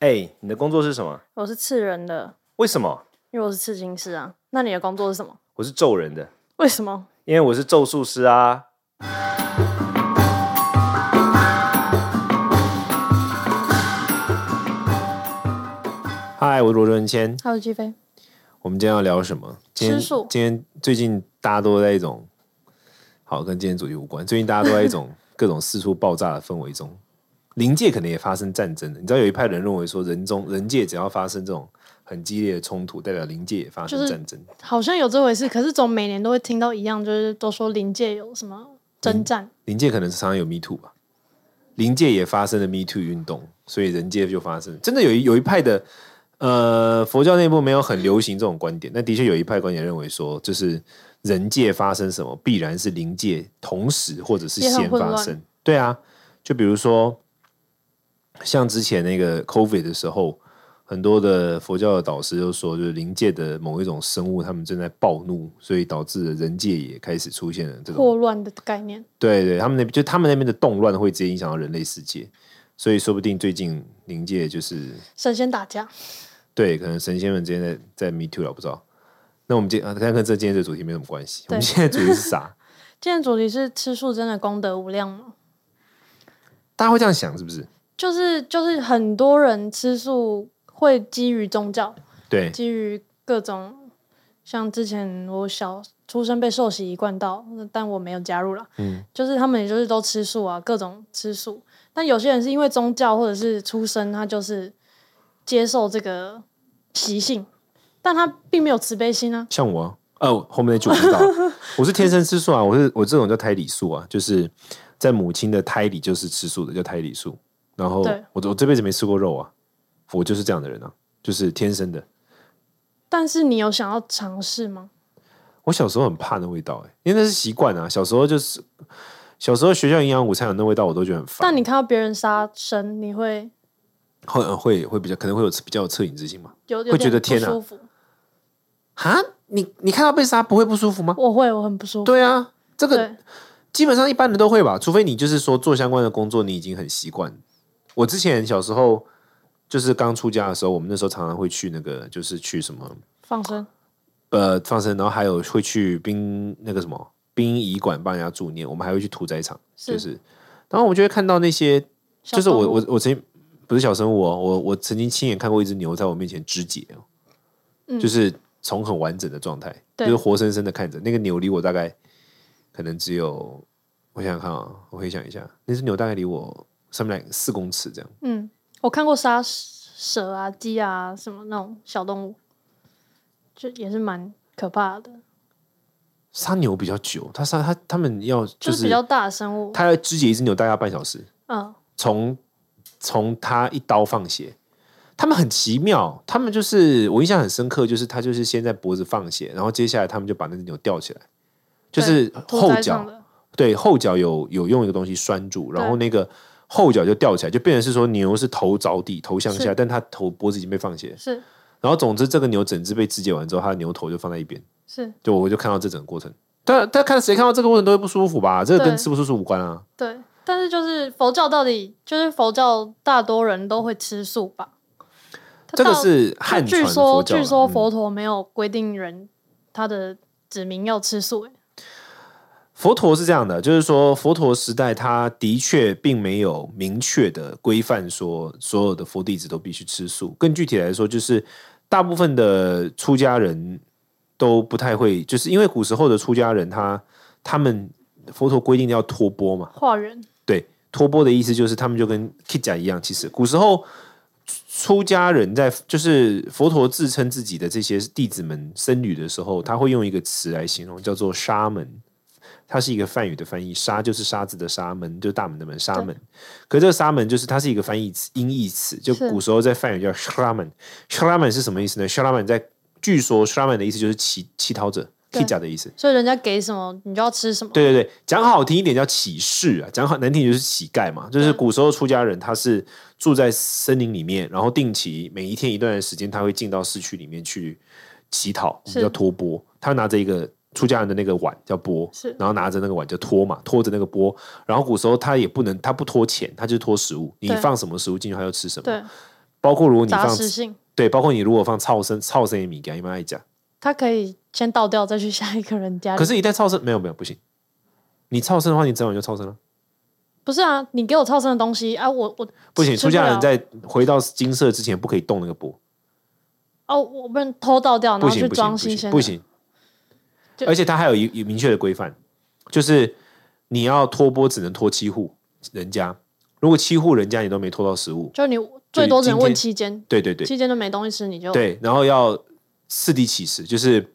哎、你的工作是什么？我是刺人的，为什么？因为我是刺青师啊。那你的工作是什么？我是咒人的，为什么？因为我是咒术师啊。嗨，我是罗仁谦。还有鸡飞，我们今天要聊什么？今天吃素今天最近大家都在一种，好，跟今天主题无关。最近大家都在一 种各种四处爆炸的氛围中，灵界可能也发生战争了。你知道有一派人认为说，人中人界只要发生这种很激烈的冲突，代表灵界也发生就是战争。好像有这回事，可是总每年都会听到一样，就是都说临界有什么征战，灵界可能常常有 Me Too 吧，灵界也发生了 Me Too 运动，所以人界就发生了。真的有一有一派的，呃，佛教内部没有很流行这种观点，但的确有一派观点认为说，就是人界发生什么，必然是灵界同时或者是也很先混发乱生。对啊，就比如说像之前那个 COVID 的时候。很多的佛教的导师就说，就是灵界的某一种生物，他们正在暴怒，所以导致了人界也开始出现了这种霍乱的概念。对对，他们那边就他们那边的动乱会直接影响到人类世界，所以说不定最近灵界就是神仙打架，对，可能神仙们之间在在 Me Too 了，不知道。那我们今啊，但跟这今天这主题没什么关系。我对们今天的主题是 啥？今天的主题是吃素真的功德无量吗？大家会这样想是不是？就是就是很多人吃素会基于宗教，对基于各种，像之前我小出生被受洗一贯道，但我没有加入了。嗯，就是他们也就是都吃素啊，各种吃素。但有些人是因为宗教或者是出身，他就是接受这个习性，但他并没有慈悲心啊。像我啊哦，后面那句我不知道，我是天生吃素啊，我是我这种叫胎里素啊，就是在母亲的胎里就是吃素的，叫胎里素。然后对我我这辈子没吃过肉啊，我就是这样的人啊，就是天生的。但是你有想要尝试吗？我小时候很怕那味道、欸，因为那是习惯啊。小时候就是小时候学校营养午餐有那味道，我都觉得很烦。但你看到别人杀生，你会会呃会会比较可能会有比较有恻隐之心嘛？有有会觉点得不天啊舒服？哈，你你看到被杀不会不舒服吗？我会，我很不舒服。对啊，这个对，基本上一般人都会吧，除非你就是说做相关的工作你已经很习惯。我之前小时候就是刚出家的时候，我们那时候常常会去那个就是去什么放生呃放生，然后还有会去殡那个什么殡仪馆帮人家助念，我们还会去屠宰场，是就是，然后我就会看到那些小就是我动物我我曾经不是小生物哦，我我曾经亲眼看过一只牛在我面前肢解哦，嗯就是从很完整的状态，就对是活生生的看着那个牛离我大概可能只有我想想看啊，我回想一下，那只牛大概离我上面来四公尺这样，嗯，我看过杀蛇啊、鸡啊什么那种小动物，就也是蛮可怕的，杀牛比较久，他杀他他们要就就是比较大的生物。他要肢解一只牛大概要半小时，嗯，从从他一刀放血。他们很奇妙，他们就是我印象很深刻，就是他就是先在脖子放血，然后接下来他们就把那只牛吊起来，就是屠后宰场脚的对后脚有有用一个东西拴住，对然后那个后脚就吊起来，就变成是说牛是头着地头向下，是但它头脖子已经被放血，是然后总之这个牛整只被肢解完之后，它的牛头就放在一边，是，就我就看到这整个过程。但但看谁看到这个过程都会不舒服吧？这个跟对吃不舒服无关啊。对，但是就是佛教到底就是佛教大多人都会吃素吧？它这个到是它汉传的据佛说教啦，据说嗯佛陀没有规定人他的子民要吃素、欸，佛陀是这样的，就是说佛陀时代，他的确并没有明确的规范说所有的佛弟子都必须吃素。更具体来说，就是大部分的出家人都不太会，就是因为古时候的出家人他他们佛陀规定要托钵嘛，化缘对，托钵的意思就是他们就跟 k i j a 一样，其实古时候出家人在就是佛陀自称自己的这些弟子们僧侣的时候，他会用一个词来形容，叫做沙门。它是一个梵语的翻译，沙就是沙子的沙门，就是大门的门，沙门。可这个沙门就是它是一个翻译词，音译词，就是古时候在梵语叫 shaman。shaman 是什么意思呢？shaman 在据说 shaman 的意思就是乞乞讨者 k i 对 j a 的意思。所以人家给什么你就要吃什么。对对对，讲好听一点叫乞士啊，讲好难听就是乞丐嘛。就是对古时候出家人，他是住在森林里面，然后定期每一天一段时间，他会进到市区里面去乞讨，我们是叫托钵。他拿着一个出家人的那个碗叫钵，是然后拿着那个碗叫托嘛，拖着那个钵。然后古时候他也不能，他不拖钱，他就是拖食物，你对放什么食物进去，他就吃什么。对包括如果你杂放食性，对，包括你如果放超声超声也米给一般爱讲，他可以先倒掉，再去下一个人家里。可是，一旦超声没有没有不行，你超声的话，你整晚就超声了，不是啊，你给我超生的东西啊，我我不行。吃出家了人在回到金色之前不可以动那个钵，哦，我不能偷倒掉，然不后行去不行装不新鲜行的，不行，就而且它还有一有明确的规范，就是你要托钵只能托七户人家，如果七户人家你都没托到食物，就你最多只今能天问期间，对对对，期间都没东西吃，你就对，然后要次第起食，就是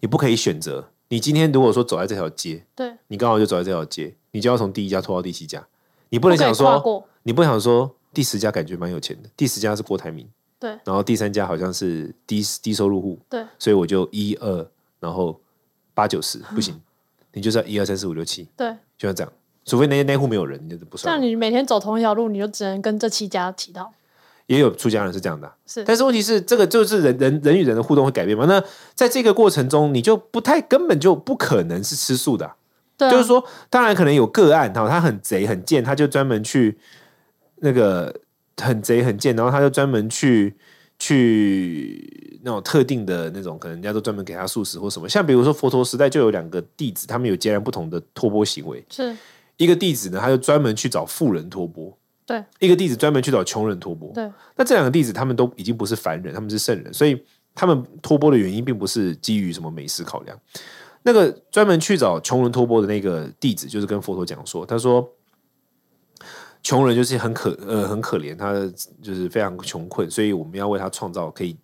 你不可以选择。你今天如果说走在这条街，对你刚好就走在这条街，你就要从第一家拖到第七家，你不不能可以想跨说，过，你不能想说第十家感觉蛮有钱的，第十家是郭台铭，对然后第三家好像是低低收入户，对，所以我就一二，然后八九十不 行，你就是要一二三四五六七，对，就像这样，除非那那户没有人，你就不这算样了。你每天走同一条路，你就只能跟这七家提到，也有出家人是这样的啊、是但是问题是，这个就是人人人与人的互动会改变嘛？那在这个过程中，你就不太根本就不可能是吃素的啊、对啊，就是说，当然可能有个案哦哈，他很贼很贱，他就专门去那个很贼很贱，然后他就专门去去那种特定的那种，可能人家都专门给他素食或什么。像比如说佛陀时代就有两个弟子，他们有截然不同的托钵行为。是一个弟子呢，他就专门去找富人托钵；对一个弟子专门去找穷人托钵。对那这两个弟子他们都已经不是凡人，他们是圣人，所以他们托钵的原因并不是基于什么美食考量。那个专门去找穷人托钵的那个弟子，就是跟佛陀讲说，他说。穷人就是很可呃很可怜，他就是非常穷困，所以我们要为他创造可以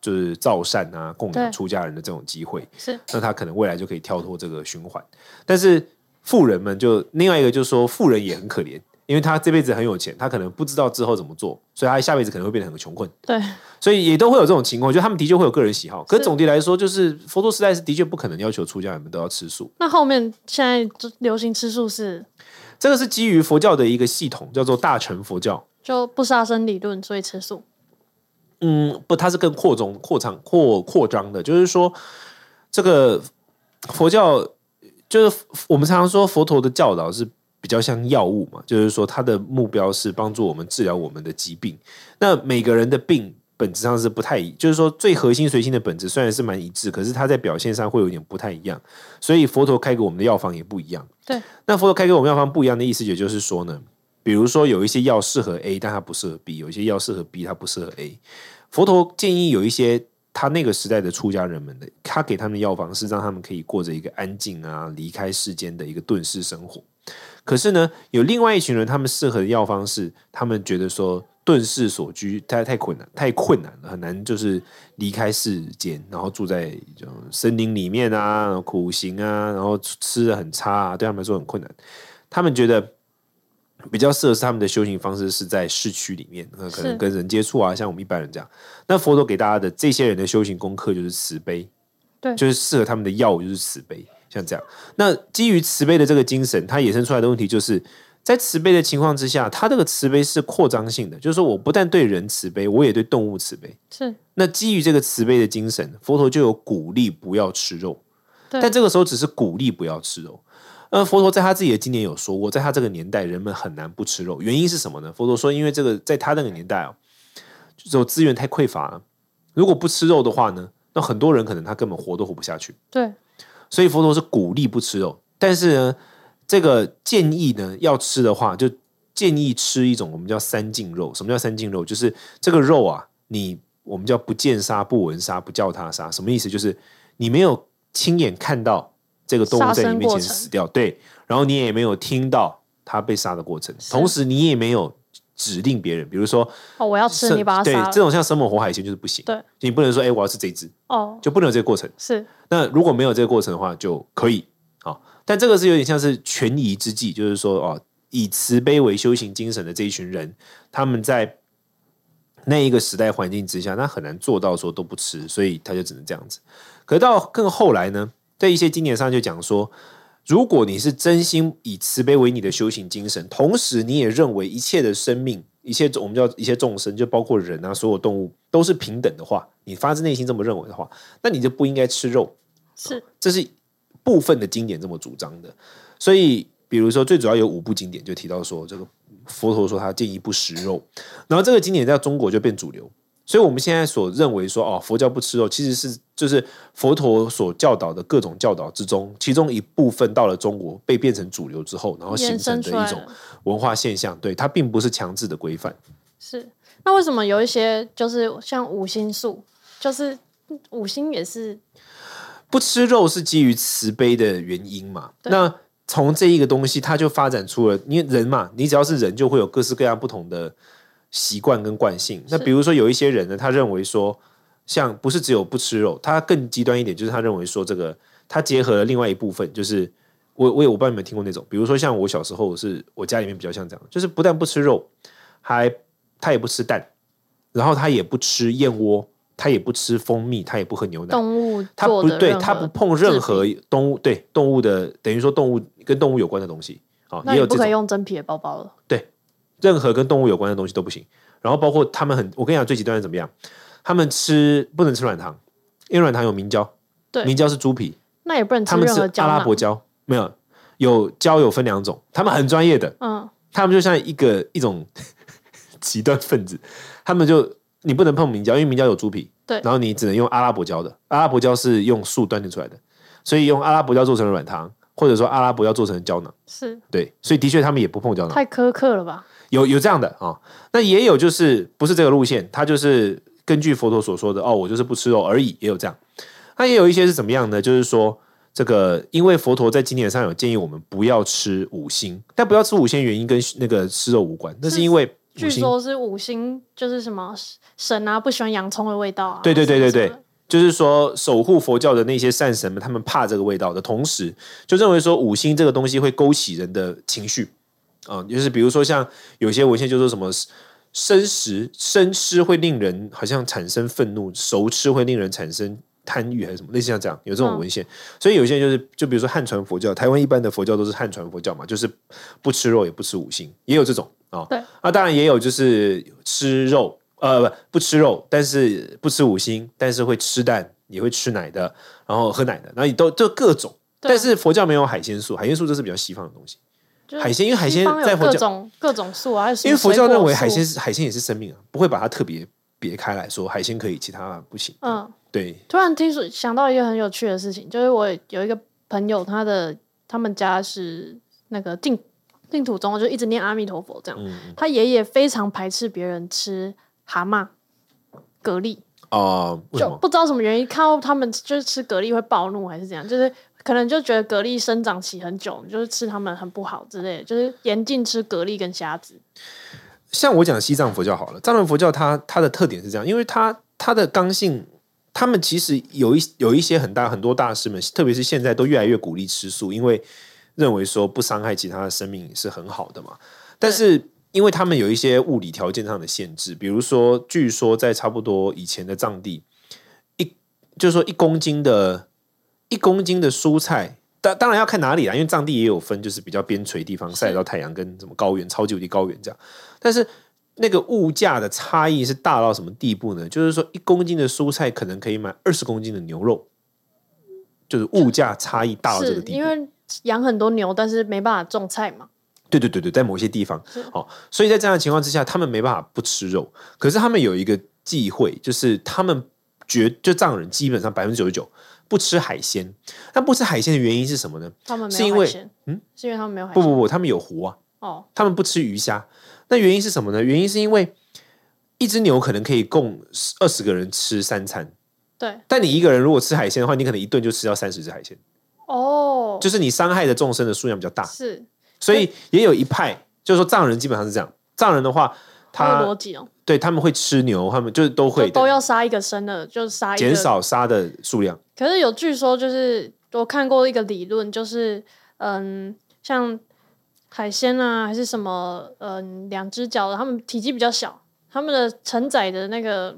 就是造善啊供对养出家人的这种机会。是那他可能未来就可以跳脱这个循环。但是富人们就另外一个就是说，富人也很可怜，因为他这辈子很有钱，他可能不知道之后怎么做，所以他下辈子可能会变得很穷困，对所以也都会有这种情况。就他们的确会有个人喜好，可是总体来说，就是佛陀时代是的确不可能要求出家人们都要吃素，那后面现在就流行吃素是这个是基于佛教的一个系统，叫做大乘佛教。就不杀生理论，所以吃素。嗯，不，它是更扩张、扩张、扩扩张的，就是说，这个佛教就是我们常常说佛陀的教导是比较像药物嘛，就是说它的目标是帮助我们治疗我们的疾病。那每个人的病本质上是不太一，就是说最核心随心的本质虽然是蛮一致，可是它在表现上会有点不太一样，所以佛陀开给我们的药方也不一样。对，那佛陀开给我们药方不一样的意思，也就是说呢，比如说有一些药适合 A，但它不适合 B；有一些药适合 B，它不适合 A。佛陀建议有一些他那个时代的出家人们的，他给他们的药方是让他们可以过着一个安静啊、离开世间的一个遁世生活。可是呢，有另外一群人，他们适合的药方是，他们觉得说遁世所居太太困难，太困难了，很难就是离开世间，然后住在这种森林里面啊，然后苦行啊，然后吃的很差啊，对他们来说很困难。他们觉得比较适合是他们的修行方式是在市区里面，那可是能跟人接触啊，像我们一般人这样。那佛陀给大家的这些人的修行功课就是慈悲，对就是适合他们的药物就是慈悲，像这样。那基于慈悲的这个精神，它衍生出来的问题就是。在慈悲的情况之下，它这个慈悲是扩张性的，就是说我不但对人慈悲，我也对动物慈悲。是那基于这个慈悲的精神，佛陀就有鼓励不要吃肉，对但这个时候只是鼓励不要吃肉。呃，佛陀在他自己的经典有说过，在他这个年代，人们很难不吃肉，原因是什么呢？佛陀说，因为这个在他那个年代啊，这种资源太匮乏了，如果不吃肉的话呢，那很多人可能他根本活都活不下去。对所以佛陀是鼓励不吃肉，但是呢，这个建议呢，要吃的话，就建议吃一种我们叫三净肉。什么叫三净肉？就是这个肉啊，你我们叫不见杀、不闻杀、不叫他杀，什么意思？就是你没有亲眼看到这个动物在你面前死掉，对，然后你也没有听到它被杀的过程，是同时你也没有指令别人，比如说哦，我要吃生你把它对杀这了种像生猛活海鲜就是不行，对，你不能说哎、我要吃这一只，哦，就不能有这个过程。是那如果没有这个过程的话，就可以啊、好但这个是有点像是权宜之计，就是说哦，以慈悲为修行精神的这一群人，他们在那一个时代环境之下，他很难做到说都不吃，所以他就只能这样子。可到更后来呢，在一些经典上就讲说，如果你是真心以慈悲为你的修行精神，同时你也认为一切的生命，一切我们叫一切众生，就包括人啊，所有动物都是平等的话，你发自内心这么认为的话，那你就不应该吃肉。是这是部分的经典这么主张的。所以，比如说最主要有五部经典就提到说，这个佛陀说他建议不食肉，然后这个经典在中国就变主流。所以我们现在所认为说哦，佛教不吃肉，其实是就是佛陀所教导的各种教导之中，其中一部分到了中国被变成主流之后，然后形延成伸的出来一种了文化现象。对，它并不是强制的规范。是，那为什么有一些就是像五星素，就是五星也是不吃肉是基于慈悲的原因嘛？那从这一个东西，它就发展出了，因为人嘛，你只要是人，就会有各式各样不同的习惯跟惯性。那比如说有一些人呢，他认为说，像不是只有不吃肉，他更极端一点，就是他认为说这个，他结合了另外一部分，就是我我也我不知道你们有听过那种，比如说像我小时候是我家里面比较像这样，就是不但不吃肉，还他也不吃蛋，然后他也不吃燕窝，他也不吃蜂蜜，他也不喝牛奶。动物它做不的对，任它何不碰制任品何动物，对动物的等于说动物跟动物有关的东西，好、那也你有不这可种以用真皮的包包了。任何跟动物有关的东西都不行。然后包括他们很，我跟你讲最极端的怎么样？他们吃不能吃软糖，因为软糖有明胶，对明胶是猪皮，那也不能他吃们任是何胶阿拉囊伯。胶，没有有胶有分两种，他们很专业的，嗯，他们就像一个 一种极端分子，他们就你不能碰明胶，因为明胶有猪皮，对然后你只能用阿拉伯胶的，阿拉伯胶是用树锻炼出来的，所以用阿拉伯胶做成的软糖，或者说阿拉伯胶做成的胶囊，是对，所以的确他们也不碰胶囊，太苛刻了吧？有有这样的啊、哦那也有就是不是这个路线，他就是根据佛陀所说的哦，我就是不吃肉而已，也有这样。那也有一些是怎么样呢？就是说这个，因为佛陀在经典上有建议我们不要吃五星，但不要吃五星的原因跟那个吃肉无关，那是因为五据星说是五星就是什么神啊，不喜欢洋葱的味道啊。对对对什对么什对么的，就是说守护佛教的那些善神们，他们怕这个味道的同时，就认为说五星这个东西会勾起人的情绪啊、就是比如说像有些文献就说什么生食生吃会令人好像产生愤怒，熟吃会令人产生。贪欲还是什么类似像这样，有这种嗯文献，所以有些人就是，就比如说汉传佛教，台湾一般的佛教都是汉传佛教嘛，就是不吃肉也不吃五星，也有这种啊。对，啊，当然也有就是吃肉，呃，不不吃肉，但是不吃五星，但是会吃蛋，也会吃奶的，然后喝奶的，然后也都就各种。对啊但是佛教没有海鲜素，海鲜素这是比较西方的东西，就是海鲜因为海西鲜方有在佛各教种各种素啊，还有什因么为佛水教认果为海素鲜，是海鲜也是生命啊，不会把它特别别开来说海鲜可以，其他不行。嗯，对，突然听说想到一个很有趣的事情，就是我有一个朋友，他的他们家是那个净净土宗，就一直念阿弥陀佛这样。嗯他爷爷非常排斥别人吃蛤蟆、蛤蜊，啊、为什就么？不知道什么原因，看到他们就是吃蛤蜊会暴怒还是怎样，就是可能就觉得蛤蜊生长期很久，就是吃它们很不好之类的，就是严禁吃蛤蜊跟虾子。像我讲西藏佛教好了，藏传佛教它它的特点是这样，因为它它的刚性，他们其实有一有一些很大很多大师们，特别是现在都越来越鼓励吃素，因为认为说不伤害其他的生命是很好的嘛。但是因为他们有一些物理条件上的限制，比如说，据说在差不多以前的藏地，一就是说一公斤的一公斤的蔬菜。当当然要看哪里啦，因为藏地也有分，就是比较边陲地方晒得到太阳，跟什么高原、超级无敌高原这样。但是那个物价的差异是大到什么地步呢？就是说，一公斤的蔬菜可能可以买二十公斤的牛肉，就是物价差异大到这个是地步。因为养很多牛，但是没办法种菜嘛。对对对对，在某些地方，哦，所以在这样的情况之下，他们没办法不吃肉，可是他们有一个忌讳，就是他们绝就藏人基本上百分之九十九不吃海鲜。那不吃海鲜的原因是什么呢？他们是没因有海为鲜，嗯，是因为他们没有海不鲜不不，他们有湖啊，哦，他们不吃鱼虾。那原因是什么呢？原因是因为一只牛可能可以供二十个人吃三餐，对但你一个人如果吃海鲜的话，你可能一顿就吃掉三十只海鲜，哦，就是啊你伤害的众生的数量比较大。是所以也有一派就是说藏人基本上是这样，藏人的话。好他有逻辑哦，对他们会吃牛，他们就是都就会都要杀一个生的，就杀一减个。少杀的数量。可是有据说，就是我看过一个理论，就是嗯，像海鲜啊，还是什么，嗯，两只脚的，它们体积比较小，它们的承载的那个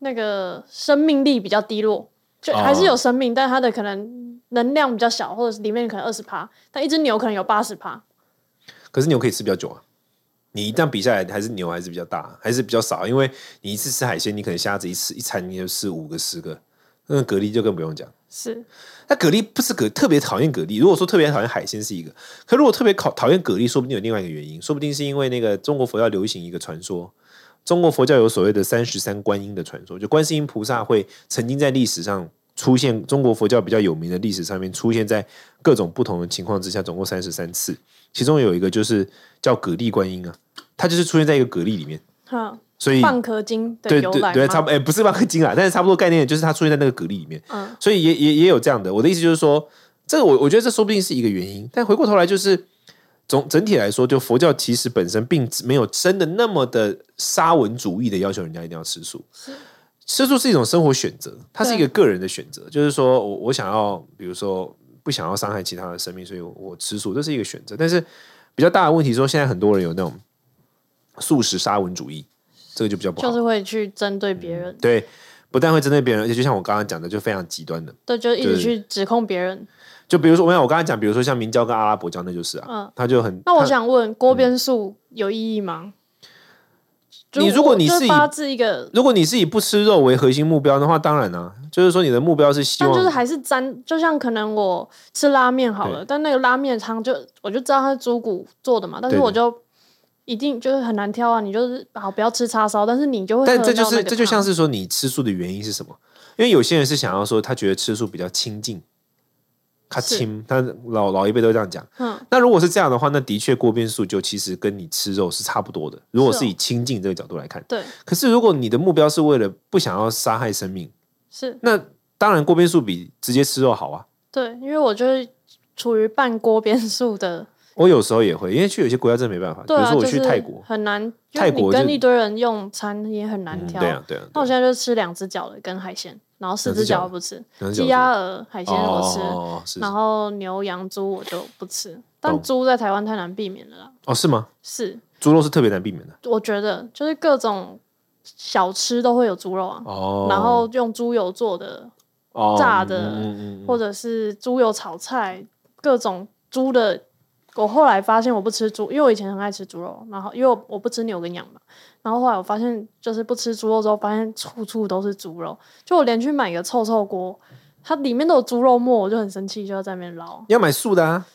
那个生命力比较低落，就哦还是有生命，但它的可能能量比较小，或者是里面可能二十趴，但一只牛可能有八十趴。可是牛可以吃比较久啊，你一旦比下来，还是牛还是比较大，啊还是比较少，因为你一次吃海鲜，你可能虾子一吃一餐你就吃五个十个，那个蛤蜊就更不用讲。是那蛤蜊不是蛤，特别讨厌蛤蜊。如果说特别讨厌海鲜是一个，可如果特别讨讨厌蛤蜊，说不定有另外一个原因，说不定是因为那个中国佛教流行一个传说，中国佛教有所谓的三十三观音的传说，就观世音菩萨会曾经在历史上出现，中国佛教比较有名的历史上面出现在各种不同的情况之下，总共三十三次，其中有一个就是叫蛤蜊观音啊，它就是出现在一个蛤蜊里面，哈，所以蚌壳精的对由对来对，吗差不哎、不是万克金啊，但是差不多概念就是它出现在那个蛤蜊里面，嗯所以也也也有这样的。我的意思就是说，这个我我觉得这说不定是一个原因，但回过头来就是总整体来说，就佛教其实本身并没有真的那么的沙文主义的要求人家一定要吃素。吃素是一种生活选择，它是一个个人的选择，就是说我我想要，比如说不想要伤害其他的生命，所以我我吃素，这是一个选择。但是比较大的问题是说，现在很多人有那种素食沙文主义，这个就比较不好。嗯就是会去针对别人，对，不但会针对别人，而且就像我刚刚讲的，就非常极端的。对，就一直对去指控别人。就比如说，我想我刚才讲，比如说像明教跟阿拉伯教，那就是啊，嗯他就很。那我他嗯想问，锅边素有意义吗？你如果你就是以发自一个，如果你是以不吃肉为核心目标的话，当然啊，就是说你的目标是希但望，就是还是沾，就像可能我吃拉面好了，但那个拉面汤就我就知道它是猪骨做的嘛，但是对的我就一定就是很难挑啊。你就是好不要吃叉烧，但是你就会但喝这就到那是个这就像汤是说你吃素的原因是什么？因为有些人是想要说，他觉得吃素比较亲近，他是亲，他老老一辈都这样讲。嗯，那如果是这样的话，那的确锅边素就其实跟你吃肉是差不多的。如果是哦是以亲近这个角度来看，对可是如果你的目标是为了不想要杀害生命，是那当然锅边素比直接吃肉好啊。对，因为我就是处于半锅边素的，我有时候也会，因为去有些国家真的没办法，对比如啊，说我就去是泰国，很难，就泰是你国跟就一堆人用餐也很难嗯，挑。对啊，对啊，那对我啊现在就吃两只脚的跟海鲜，然后四两只只脚脚我不吃，能鸡讲鸭鹅海鲜我吃，哦哦哦哦是然后牛羊猪我就不吃，但懂猪在台湾太难避免了啦。哦是吗？是，猪肉是特别难避免的我觉得就是各种小吃都会有猪肉啊，哦，然后用猪油做的，哦炸的嗯嗯嗯嗯或者是猪油炒菜，各种猪的。我后来发现我不吃猪，因为我以前很爱吃猪肉，然后因为我我不吃牛跟羊嘛，然后后来我发现就是不吃猪肉之后，发现处处都是猪肉，就我连去买个臭臭锅，它里面都有猪肉末，我就很生气，就要在那边捞。你要买素的啊，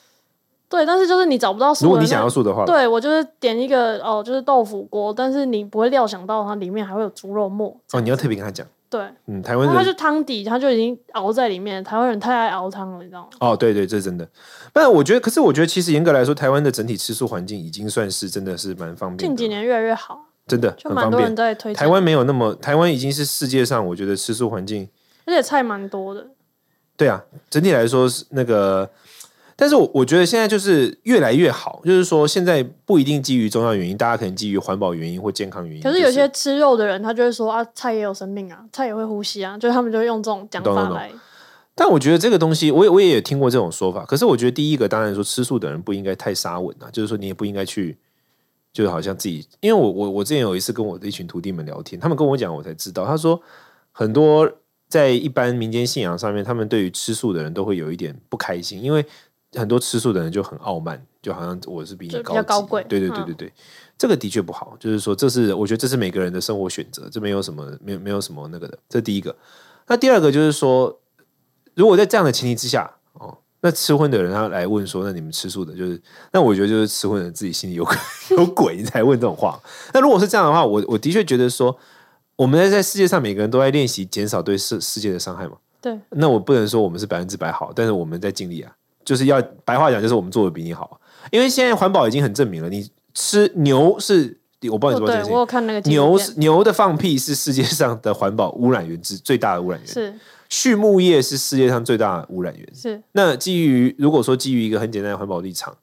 对，但是就是你找不到素的那，如果你想要素的话，对我就是点一个哦，就是豆腐锅，但是你不会料想到它里面还会有猪肉末。哦你要特别跟他讲，对，嗯，台湾那它人就汤底，它就已经熬在里面。台湾人太爱熬汤了，你知道吗？哦，对对，这是真的。但我觉得，可是我觉得，其实严格来说，台湾的整体吃素环境已经算是真的是蛮方便近几的，年越来越好，真的就很蛮方多便人。在推台荐，湾没有那么，台湾已经是世界上我觉得吃素环境而且菜蛮多的。对啊，整体来说是那个，但是我我觉得现在就是越来越好，就是说现在不一定基于宗教原因，大家可能基于环保原因或健康原因。可是嗯就有些吃肉的人，他就会说啊，菜也有生命啊，菜也会呼吸啊，就是他们就会用这种讲懂法懂懂来。但我觉得这个东西，我也我也有听过这种说法。可是我觉得第一个，当然说吃素的人不应该太沙文啊，就是说你也不应该去，就是好像自己，因为我我我之前有一次跟我的一群徒弟们聊天，他们跟我讲，我才知道，他说很多在一般民间信仰上面，他们对于吃素的人都会有一点不开心，因为很多吃素的人就很傲慢，就好像我是比你就比高较级高贵对对对嗯对对，这个的确不好。就是说，这是我觉得这是每个人的生活选择，这没有什么没有没有什么那个的，这第一个。那第二个就是说，如果在这样的前提之下，哦，那吃荤的人他来问说，那你们吃素的，就是那我觉得就是吃荤的人自己心里有 有鬼，你才问这种话。那如果是这样的话，我我的确觉得说，我们在在世界上每个人都在练习减少对世世界的伤害嘛。对，那我不能说我们是百分之百好，但是我们在尽力啊，就是要白话讲，就是我们做的比你好啊。因为现在环保已经很证明了，你吃牛是，我不知道你知哦不知道这对件事我情，有看那个纪录牛片是牛的放屁是世界上的环保污染源之最大的污染源，是畜牧业是世界上最大的污染源。是那基于如果说基于一个很简单的环保立场，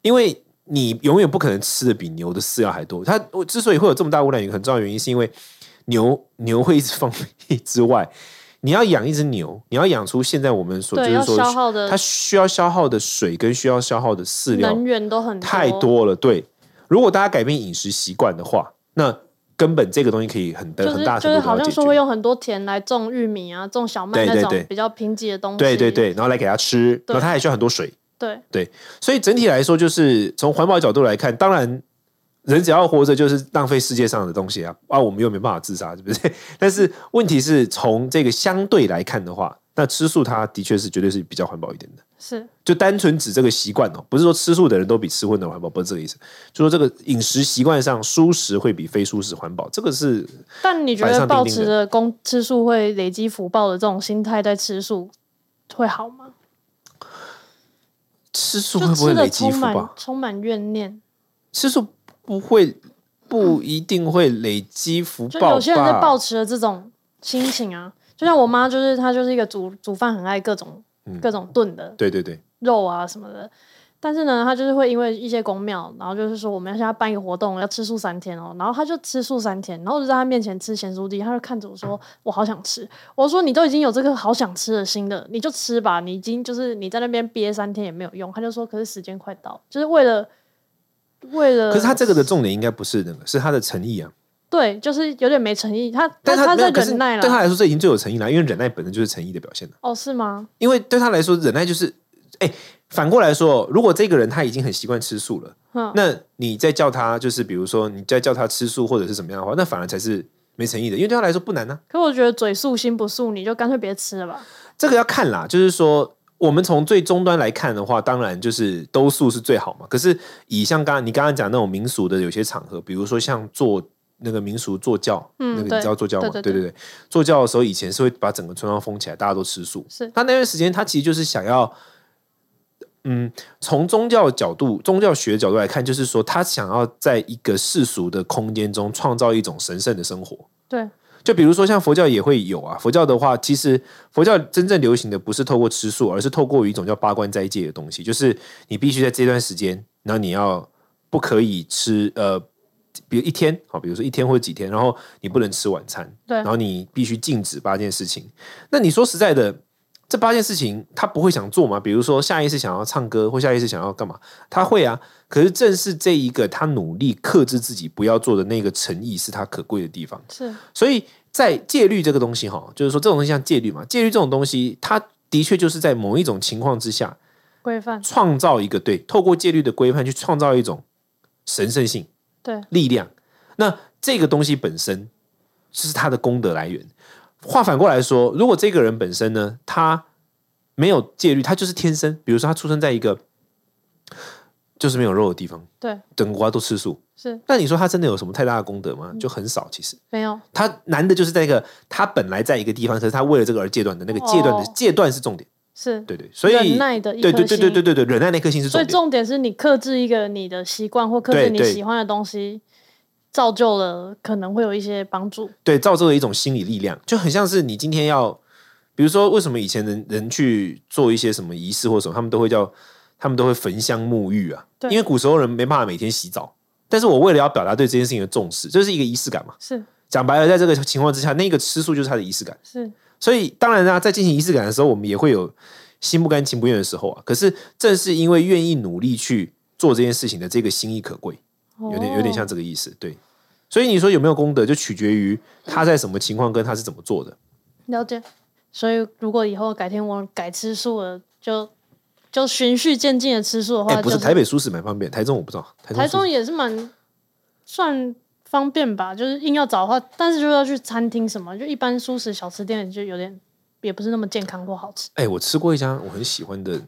因为你永远不可能吃的比牛的饲料还多。它我之所以会有这么大污染，有一个很重要的原因是因为牛牛会一直放屁之外，你要养一只牛，你要养出现在我们所就对是要说消耗的它需要消耗的水跟需要消耗的饲料能源都很太多了。对，如果大家改变饮食习惯的话，那根本这个东西可以很就很是大就程是度好得到解像说会决。用很多田来种玉米啊，种小麦对那对种对比较贫瘠的东西。对对对，然后来给它吃，然后它还需要很多水。对所以整体来说，就是从环保角度来看，当然人只要活着就是浪费世界上的东 西啊，啊，我们又没办法自杀，是不是？但是问题是从这个相对来看的话，那吃素它的确是绝对是比较环保一点的。是就单纯指这个习惯哦，不是说吃素的人都比吃荤的人环保，不是这个意思。就说这个饮食习惯上，素食会比非素食环保，这个是但你觉板得上钉保钉持的着公吃素会累积福报的这种心态在吃素会好吗？吃素就会不会吃的累积充福满报？充满怨念，吃素不会，不一定会累积福就报吧。有些人在抱持着这种心情啊，就像我妈，就是她就是一个煮煮饭很爱各种、嗯各种炖的对对对，肉啊什么的，但是呢，她就是会因为一些公庙，然后就是说我们要现在办一个活动，要吃素三天哦，然后她就吃素三天，然后我就在她面前吃咸酥鸡，她就看着我说我好想吃，我说你都已经有这个好想吃的心了，你就吃吧，你已经就是你在那边憋三天也没有用，她就说可是时间快到，就是为了为了，可是他这个的重点应该不是那个，是他的诚意啊。对，就是有点没诚意。他但他没在有，可是忍耐对他了。来说，这已经最有诚意了，因为忍耐本身就是诚意的表现了。哦，是吗？因为对他来说，忍耐就是，哎，反过来说，如果这个人他已经很习惯吃素了，嗯那你再叫他，就是比如说你再叫他吃素或者是怎么样的话，那反而才是没诚意的，因为对他来说不难啊。可我觉得嘴素心不素，你就干脆别吃了吧。这个要看啦，就是说。我们从最终端来看的话，当然就是都素是最好嘛。可是以像刚刚你刚刚讲那种民俗的有些场合，比如说像做那个民俗做教，嗯那个对你知道做教吗？对对对对对，做教的时候以前是会把整个村庄封起来，大家都吃素。是他那段时间，他其实就是想要，嗯，从宗教角度、宗教学角度来看，就是说他想要在一个世俗的空间中创造一种神圣的生活。对，就比如说像佛教也会有啊，佛教的话，其实佛教真正流行的不是透过吃素，而是透过一种叫八关斋戒的东西，就是你必须在这段时间，然后你要不可以吃呃，比如一天好，比如说一天或者几天，然后你不能吃晚餐，对然后你必须禁止八件事情。那你说实在的，这八件事情他不会想做吗？比如说下意识想要唱歌，或下意识想要干嘛？他会啊，可是正是这一个他努力克制自己不要做的那个诚意，是他可贵的地方。是所以在戒律这个东西哈，就是说这种东西像戒律嘛，戒律这种东西，它的确就是在某一种情况之下，规范。创造一个对，透过戒律的规范去创造一种神圣性对，力量。那这个东西本身是它的功德来源。话反过来说，如果这个人本身呢，他没有戒律，他就是天生，比如说他出生在一个就是没有肉的地方，对，整个国家都吃素，是那你说他真的有什么太大的功德吗？就很少，其实。没有。他难的就是在那个他本来在一个地方，可是他为了这个而戒断的那个戒断的、哦戒断是重点，是对对，所以忍耐的一对颗对对对对对对，忍耐那颗心是所重以点，重点是你克制一个你的习惯或克制对你对喜欢的东西，造就了可能会有一些帮助。对，造就了一种心理力量，就很像是你今天要，比如说为什么以前人人去做一些什么仪式或什么，他们都会叫他们都会焚香沐浴啊，对因为古时候人没办法每天洗澡，但是我为了要表达对这件事情的重视，这是一个仪式感嘛。是讲白了，在这个情况之下，那个吃素就是他的仪式感。是，所以当然啦、在进行仪式感的时候，我们也会有心不甘情不愿的时候啊。可是正是因为愿意努力去做这件事情的这个心意可贵，有点有点像哦。这个意思。对，所以你说有没有功德，就取决于他在什么情况跟他是怎么做的。了解。所以如果以后改天我改吃素了，就就循序渐进的吃素的哎、话，不哦就是台北舒适蛮方便，台中我不知道，台中台台中也是蛮算方便吧，就是硬要找的话，但是就要去餐厅什么，就一般素食小吃店就有点也不是那么健康或好吃。哎、我吃过一家我很喜欢的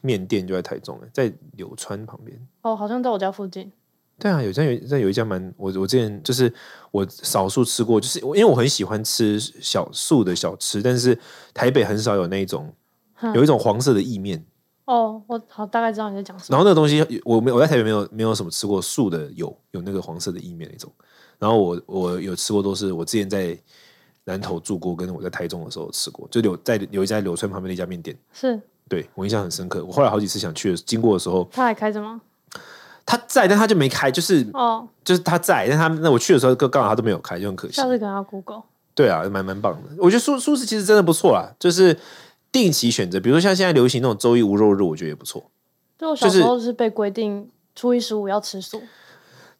面店，就在台中、哎在柳川旁边。哦，好像在我家附近，对啊，有家有在有一家蛮我我之前就是我少数吃过，就是我因为我很喜欢吃小素的小吃，但是台北很少有那一种哼有一种黄色的意面，哦，我好大概知道你在讲什么。然后那个东西我没有我在台北没有没有什么吃过素的有有那个黄色的意面那种，然后我我有吃过都是我之前在南投住过，跟我在台中的时候吃过，就有在有一家柳村旁边的一家面店，是对我印象很深刻，我后来好几次想去的经过的时候，他还开着吗？他在但他就没开，就是哦，就是他在，但他那我去的时候刚好他都没有开，就很可惜下。次可能要 Google。对啊，蛮蛮棒的。我觉得素素食其实真的不错啦，就是定期选择，比如说像现在流行那种周一无肉日，我觉得也不错。就我小就是时候是被规定初一十五要吃素，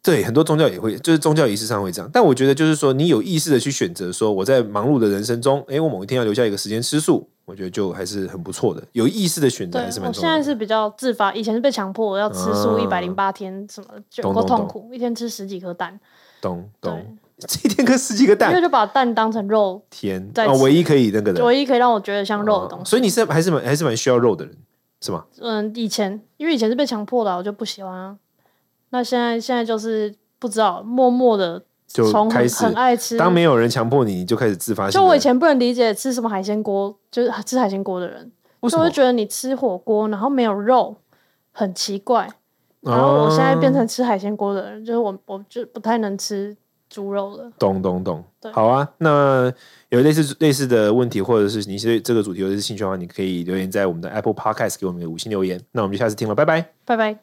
对，很多宗教也会，就是宗教仪式上会这样。但我觉得就是说，你有意识的去选择，说我在忙碌的人生中，诶，我某一天要留下一个时间吃素，我觉得就还是很不错的。有意识的选择对还是蛮我重现要在的。是比较自发，以前是被强迫要吃素嗯一百零八天，什么就有懂够懂痛苦，一天吃十几颗蛋。懂对懂。这一天跟十几个因蛋为，就把蛋当成肉，天在哎啊，吃唯一可以那个的，哦唯一可以让我觉得像肉的东西。所以你是还是蛮还是蛮需要肉的人，是吗？嗯，以前因为以前是被强迫的啊，我就不喜欢啊。那现在现在就是不知道，默默的就从开很始很爱吃。当没有人强迫你，你就开始自发性就地。我以前不能理解吃什么海鲜锅，就是吃海鲜锅的人，为什就么会？觉得你吃火锅然后没有肉，很奇怪。然后哦我现在变成吃海鲜锅的人，就是我我就不太能吃猪肉了。懂懂懂对，好啊。那有类似类似的问题，或者是你对这个主题有类似兴趣的话，你可以留言在我们的 Apple Podcast 给我们一个五星留言。那我们就下次听了，拜拜。拜拜。